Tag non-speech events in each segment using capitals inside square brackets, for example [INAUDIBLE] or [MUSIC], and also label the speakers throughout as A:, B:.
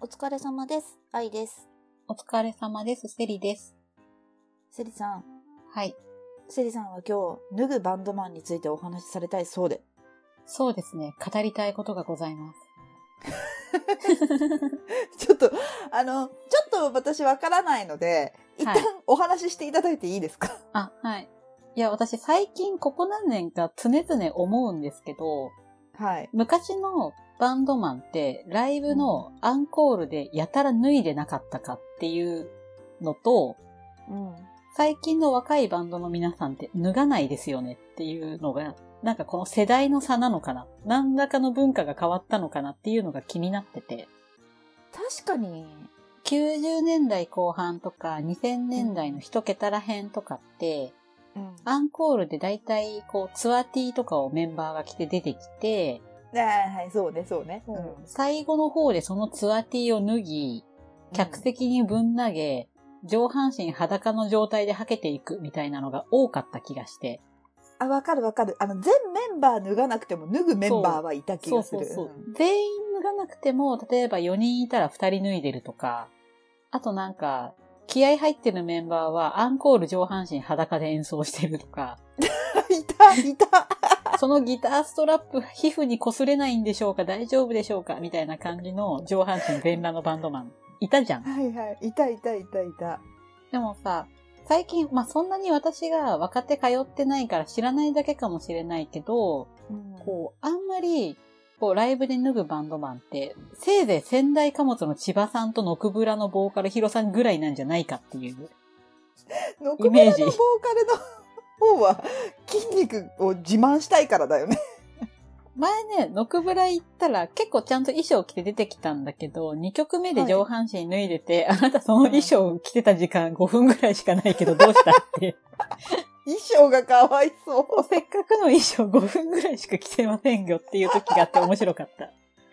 A: お疲れ様です。愛です。
B: お疲れ様です。セリです。
A: セリさん。
B: はい。
A: セリさんは今日、脱ぐバンドマンについてお話しされたいそうで。 [LAUGHS]
B: そうですね。語りたいことがございます。
A: ちょっと、あの、ちょっと私わからないので、一
B: は
A: 旦
B: い
A: お話ししていただいていいですか、
B: あ、はい。いや、私最近ここ何年か常々思うんですけど、
A: はい。
B: 昔のバンドマンってライブのアンコールでやたら脱いでなかったかっていうのと、
A: うん。
B: 最近の若いバンドの皆さんって脱がないですよねっていうのが、なんかこの世代の差なのかな何らかの文化が変わったのかなっていうのが気になってて。
A: 確かに、
B: 90年代後半とか2000年代の一桁ら辺とかって、
A: うん。
B: アンコールで大体こうツアーティーとかをメンバーが着て出てきて、
A: はいはい、そうね、そうね。うん
B: 最後の方でそのツアーティーを脱ぎ、客。席にぶん投げ、上半身裸の状態で履けていくみたいなのが多かった気がして。
A: あ、わかるわかる。あの、全メンバー脱がなくても脱ぐメンバーはいた気
B: そう
A: がす
B: そう
A: る。
B: そう。全員脱がなくても、例えば4人いたら2人脱いでるとか、あとなんか、気合入ってるメンバーはアンコール上半身裸で演奏してるとか、
A: うん [LAUGHS] いた、いた。
B: そのギターストラップ皮膚に擦れないんでしょうか大丈夫でしょうかみたいな感じの上半身全裸のバンドマン、いたじゃん。
A: はいはい。いた、いた、いた、いた。
B: でもさ、最近、まあ、そんなに私が若手通ってないから知らないだけかもしれないけど、
A: うん
B: こう、あんまり、こう、ライブで脱ぐバンドマンって、せいぜい仙台貨物の千葉さんとノクブラのボーカルヒロさんぐらいなんじゃないかっていう。
A: ノ
B: イ
A: クメ
B: メ
A: ラ
B: ージ
A: のボーカルの方は筋肉を自慢したいからだよね。 [LAUGHS]
B: 前ね、ノクブラ行ったら結構ちゃんと衣装着て出てきたんだけど、2曲目で上半身脱いでて、あなたその衣装着てた時間5分ぐらいしかないけどどうした [LAUGHS] って。
A: 衣装がかわいそう。
B: せっかくの衣装5分ぐらいしか着てませんよっていう時があって面白かった。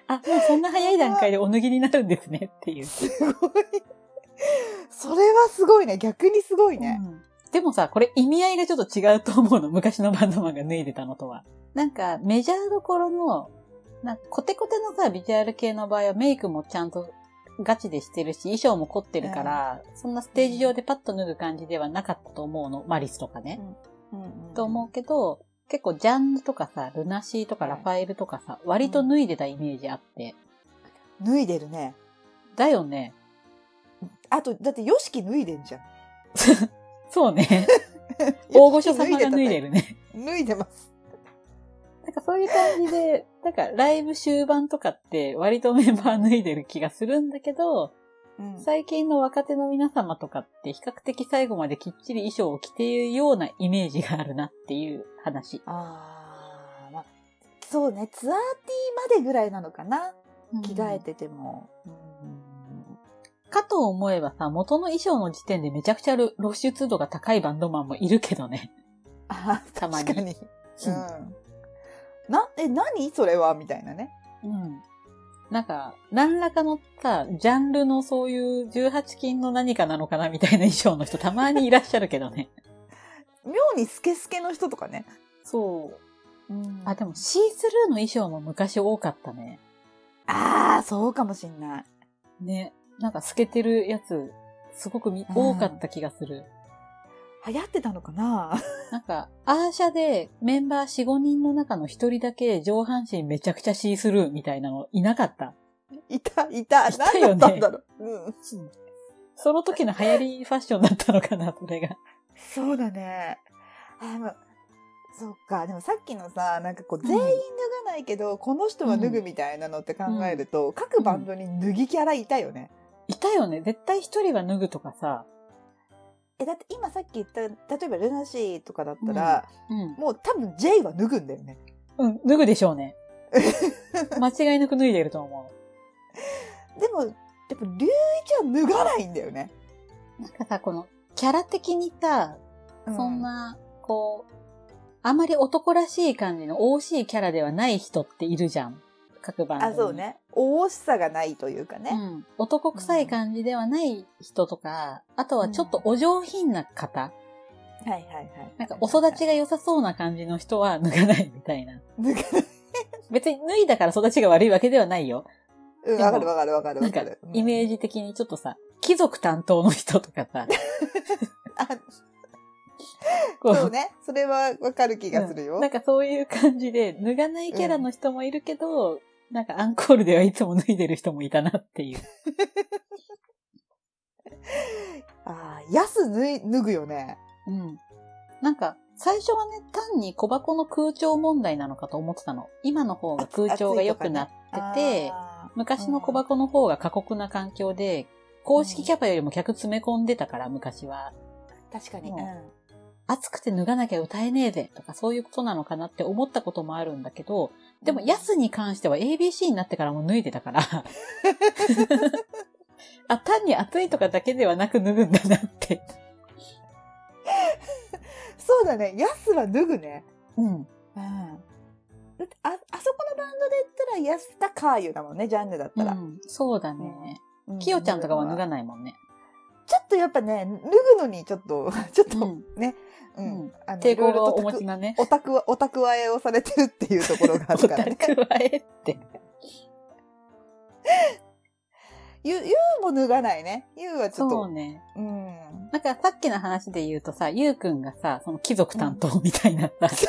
B: [LAUGHS] あ、もうそんな早い段階でお脱ぎになるんですねっていう。
A: すごい。それはすごいね。逆にすごいね。
B: うんでもさ、これ意味合いがちょっと違うと思うの。昔のバンドマンが脱いでたのとは。なんか、メジャーどころの、なんかコテコテのさ、ビジュアル系の場合はメイクもちゃんとガチでしてるし、衣装も凝ってるから、そんなステージ上でパッと脱ぐ感じではなかったと思うの。マリスとかね。と思うけど、結構ジャンルとかさ、ルナシーとかラファエルとかさ、割と脱いでたイメージあって。
A: 脱いでるね。
B: だよね。
A: あと、だって、ヨシキ脱いでんじゃん。
B: そうね。大御所様が [LAUGHS] 脱いで
A: る。
B: るね。
A: 脱いでます。
B: なんかそういう感じ [LAUGHS] で、なんかライブ終盤とかって割とメンバー脱いでる気がするんだけど、
A: うん
B: 最近の若手の皆様とかって比較的最後まできっちり衣装を着ているようなイメージがあるなっていう話。
A: あー、まあ、そうね。ツアーティーまでぐらいなのかな。着替えてても。
B: かと思えばさ、元の衣装の時点でめちゃくちゃ露出度が高いバンドマンもいるけどね。
A: あー
B: たまに
A: 確かに。うん。な、え、何それはみたいなね。
B: うん。なんか、何らかのさ、ジャンルのそういう18金の何かなのかなみたいな衣装の人たまにいらっしゃるけどね。
A: 妙にスケスケの人とかね。
B: そう。あ、
A: あ
B: でもシースルーの衣装も昔多かったね。
A: あー、そうかもしんない。
B: ね。なんか透けてるやつ、すごくみ
A: うん
B: 多かった気がする。
A: 流行ってたのかな
B: なんか、アーシャでメンバー4、5人の中の1人だけ上半身めちゃくちゃシースルーみたいなのいなかった。
A: [LAUGHS] いた、いた、
B: いた
A: 何
B: よね
A: だったんだろう。うん。
B: その時の流行りファッションだったのかな、それが。
A: そうだね。あ、でも、そっか。でもさっきのさ、なんかこう、全員脱がないけど、この人は脱ぐみたいなのって考えると、各バンドに脱ぎキャラいたよね。
B: いたよね。絶対1人は脱ぐとかさ。
A: え、だって今さっき言った、例えばルナシーとかだったら、
B: うん。
A: もう多分 J は脱ぐんだよね。
B: うん、脱ぐでしょう [LAUGHS] ね。間違いなく脱いでると思
A: でも、やっぱ、龍一は脱がないんだよね。
B: う。なんかさ、この、キャラ的にさ、
A: う
B: そんな、こう、あまり男らしい感じの惜しいキャラではない人っているじゃん。各番組。
A: あ、そう。ね。大しさがないというか
B: う
A: ね。
B: ん。男臭い感じではない人とか、あとはちょっとお上品な方。
A: はいはいはい。
B: なんかお育ちが良さそうな感じの人は脱がないみたいな。
A: 脱がない。
B: 別に脱いだから育ちが悪いわけではないよ。
A: うん、わかるわかるわかる
B: な
A: わ
B: んか
A: かる。、
B: イメ
A: ージ。
B: ージ的にちょっとさ、貴族担当の人とかさ、こ
A: そうね。それはわかる気がするよ。
B: うんなんかそういう感じで、脱がないキャラの人もいるけど、なんかアンコールではいつも脱いでる人もいたなっていう。
A: ああ、やす脱い脱ぐよね。
B: うん。なんか、最初はね、単に小箱の空調問題なのかと思ってたの。今の方が空調が良くなってて、
A: あー
B: 昔の小箱の方が過酷な環境で、公式キャパよりも客詰め込んでたから、昔は。
A: 確かに。
B: うん
A: うん
B: 暑くて脱がなきゃ歌えねえぜとかそういうことなのかなって思ったこともあるんだけど、でも、ヤスに関しては ABC になってからも脱いでた [LAUGHS] から。あ、単に暑いとかだけではなく脱ぐんだなって。
A: そうだね。やすは脱ぐね。
B: うん。
A: うん。だってあ、あそこのバンドで言ったら、やすかかゆだもんね、ジャンルだったら。
B: そうだね。きよちゃんとかは脱が
A: い。
B: ないもんね。
A: ちょっとやっぱね、脱ぐのにちょっと、 [LAUGHS] ちょっとね、うんん。
B: うん
A: あの
B: 抵抗
A: いろいろ
B: を
A: と
B: お持ちなね。
A: オタクは、オタクわえをされてるっていうところがあ
B: お
A: るからね。
B: 宅はえって。
A: ゆ、ゆうも脱がないね。ゆうはちょっ
B: そう
A: と、
B: ね。
A: うん。
B: なんかさっきの話で言うとさ、ゆうくんがさ、その貴族担当みたいなさ。
A: 確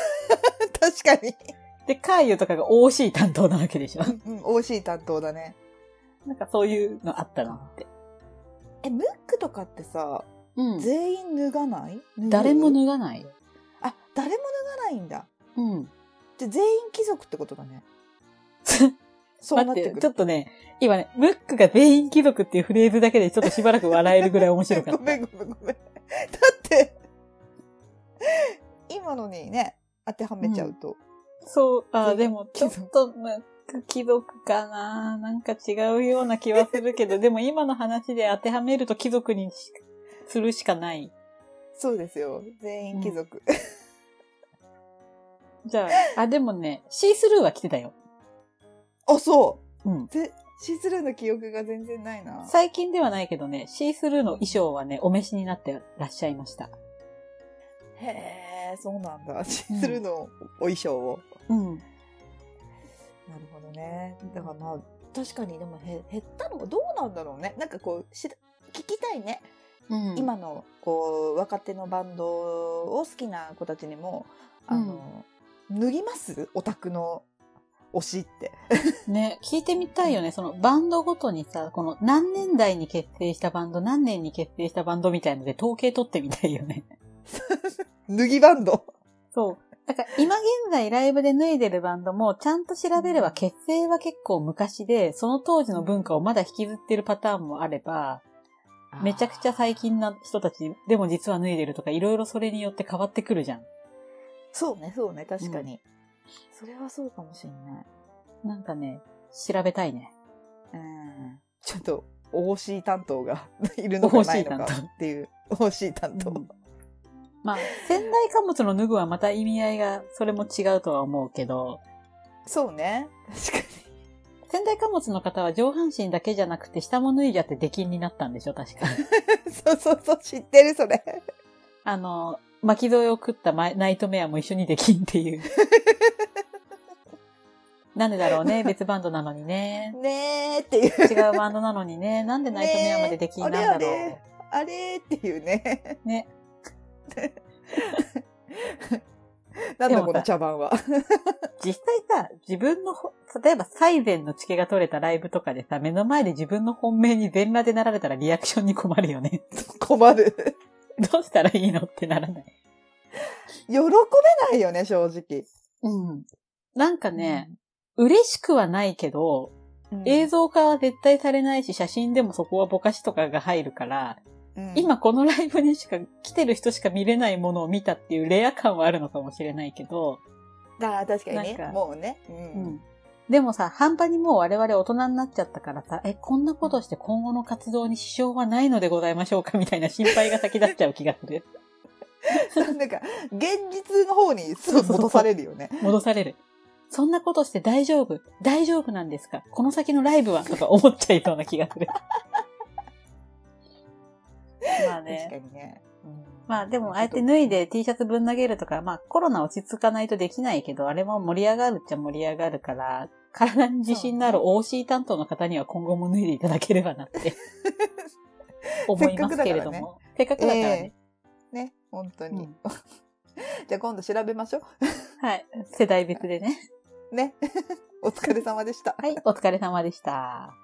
A: かに。
B: [LAUGHS] で、カーユとかが OC 担当なわけでしょ。
A: うん、OC 担当だね。
B: なんかそういうのあったなって。
A: え、ムックとかってさ、
B: う。
A: 全員脱がない
B: 誰
A: 脱
B: も脱
A: ぐ
B: がない。
A: あ、誰も脱がないんだ。
B: [LAUGHS] うん。
A: じゃあ全員貴族ってことだね。そう
B: 待
A: なっ
B: っ
A: て
B: て
A: く、る。
B: ちょっとね、今ね、ムックが全員貴族っていうフレーズだけでちょっとしばらく笑えるぐらい面白かっ
A: [LAUGHS] ご
B: た。
A: めんごめんごめん。だって、今のにね、当てはめちゃうと。
B: そう、あ、
A: 全員
B: でもちょっとムック貴族かななんか違うような気はする
A: [LAUGHS]
B: けど、でも今の話で当てはめると貴族にしするしかない。
A: そうですよ。全員貴族。
B: じゃあ、あ、でもね、シースルーは来てたよ。
A: あ、そ
B: うん
A: う。。ぜシースルーの記憶が全然ないな。
B: 最近ではないけどね、シースルーの衣装はね、お召しになってらっしゃいました。
A: へえ、そうなんだ。シースルーのお衣装を。
B: うん。
A: なるほどね。だからまあ、確かにでもへ減ったのがどうなんだろうね。なんかこう、しら聞きたいね。
B: うん、
A: 今のこう若手のバンドを好きな子たちにも「あの脱ぎますオタクの推し」って。
B: ね、聞いてみたいよね。そのバンドごとにさ、この何年代に結成したバンド、何年に結成したバンドみたいので統計取ってみたいよね。
A: 脱ぎバンド。
B: そう。だから今現在ライブで脱いでるバンドもちゃんと調べれば結成は結構昔で、その当時の文化をまだ引きずってるパターンもあれば、 [LAUGHS] めちゃくちゃ最近な人たちでも実は脱いでるとかいろいろそれによって変わってくるじゃん。
A: そうねそうね確かに、それはそうかもしんない。
B: なんかね、調べたいね。
A: うん、ちょっと OC 担当が [LAUGHS] いるのかないのかっていう OC 担当。
B: うんまあ、 [LAUGHS] 仙台貨物の脱ぐはまた意味合いがそれも違うとは思うけど、
A: そうね確かに。
B: 仙台貨物の方は上半身だけじゃなくて下も脱いじゃって出禁になったんでしょ確か。
A: [LAUGHS] そうそうそう知ってるそれ。
B: あの、巻き添えを食ったマイナイトメアも一緒に出禁っ
A: [LAUGHS]
B: ていう。なんでだろうね別バンドなのにね。
A: ねーっていう
B: 違うバンドなのにね。なんでナイトメアまで出禁なんだ
A: ねえあれあ
B: ろ
A: れあれーっていうね。
B: う。ね。
A: なん
B: で
A: だ
B: もさ
A: この茶番は。
B: 実際さ、自分のほ、例えばサイゼンのチケが取れたライブとかでさ、目の前で自分の本命に全裸でなられたらリアクションに困るよね。
A: 困る。
B: どうしたらいいのってならない。
A: 喜べないよね、正直。
B: うん。なんかね、嬉しくはないけど、
A: うん
B: 映像化は絶対されないし、写真でもそこはぼかしとかが入るから、
A: うん
B: 今このライブにしか来てる人しか見れないものを見たっていうレア感はあるのかもしれないけど、
A: だあ確かにね
B: なんか
A: もうね、う
B: うんん。でもさ、半端にもう我々大人になっちゃったからさ、え、こんなことして今後の活動に支障はないのでございましょうかみたいな心配が先立っちゃう気がす [LAUGHS] る。
A: [LAUGHS] なんか現実の方にすぐ戻されるよね
B: 戻される。そんなことして大丈夫大丈夫なんですかこの先のライブはとか思っちゃいそうな気がする。 [LAUGHS] ま
A: 確か
B: あね。
A: にね、
B: まあでも、あえて脱いで T シャツぶん投げるとか、まあコロナ落ち着かないとできないけど、あれも盛り上がるっちゃ盛り上がるから、体に自信のある OC 担当の方には今後も脱いでいただければなって思いますけれども。せっかくだからね。
A: ね、本当
B: う
A: に。
B: ん
A: じゃあ今度調べましょ
B: はい。世代別でね。
A: [LAUGHS] う。ね。お疲れ様でした。
B: はい。お疲れ様でした。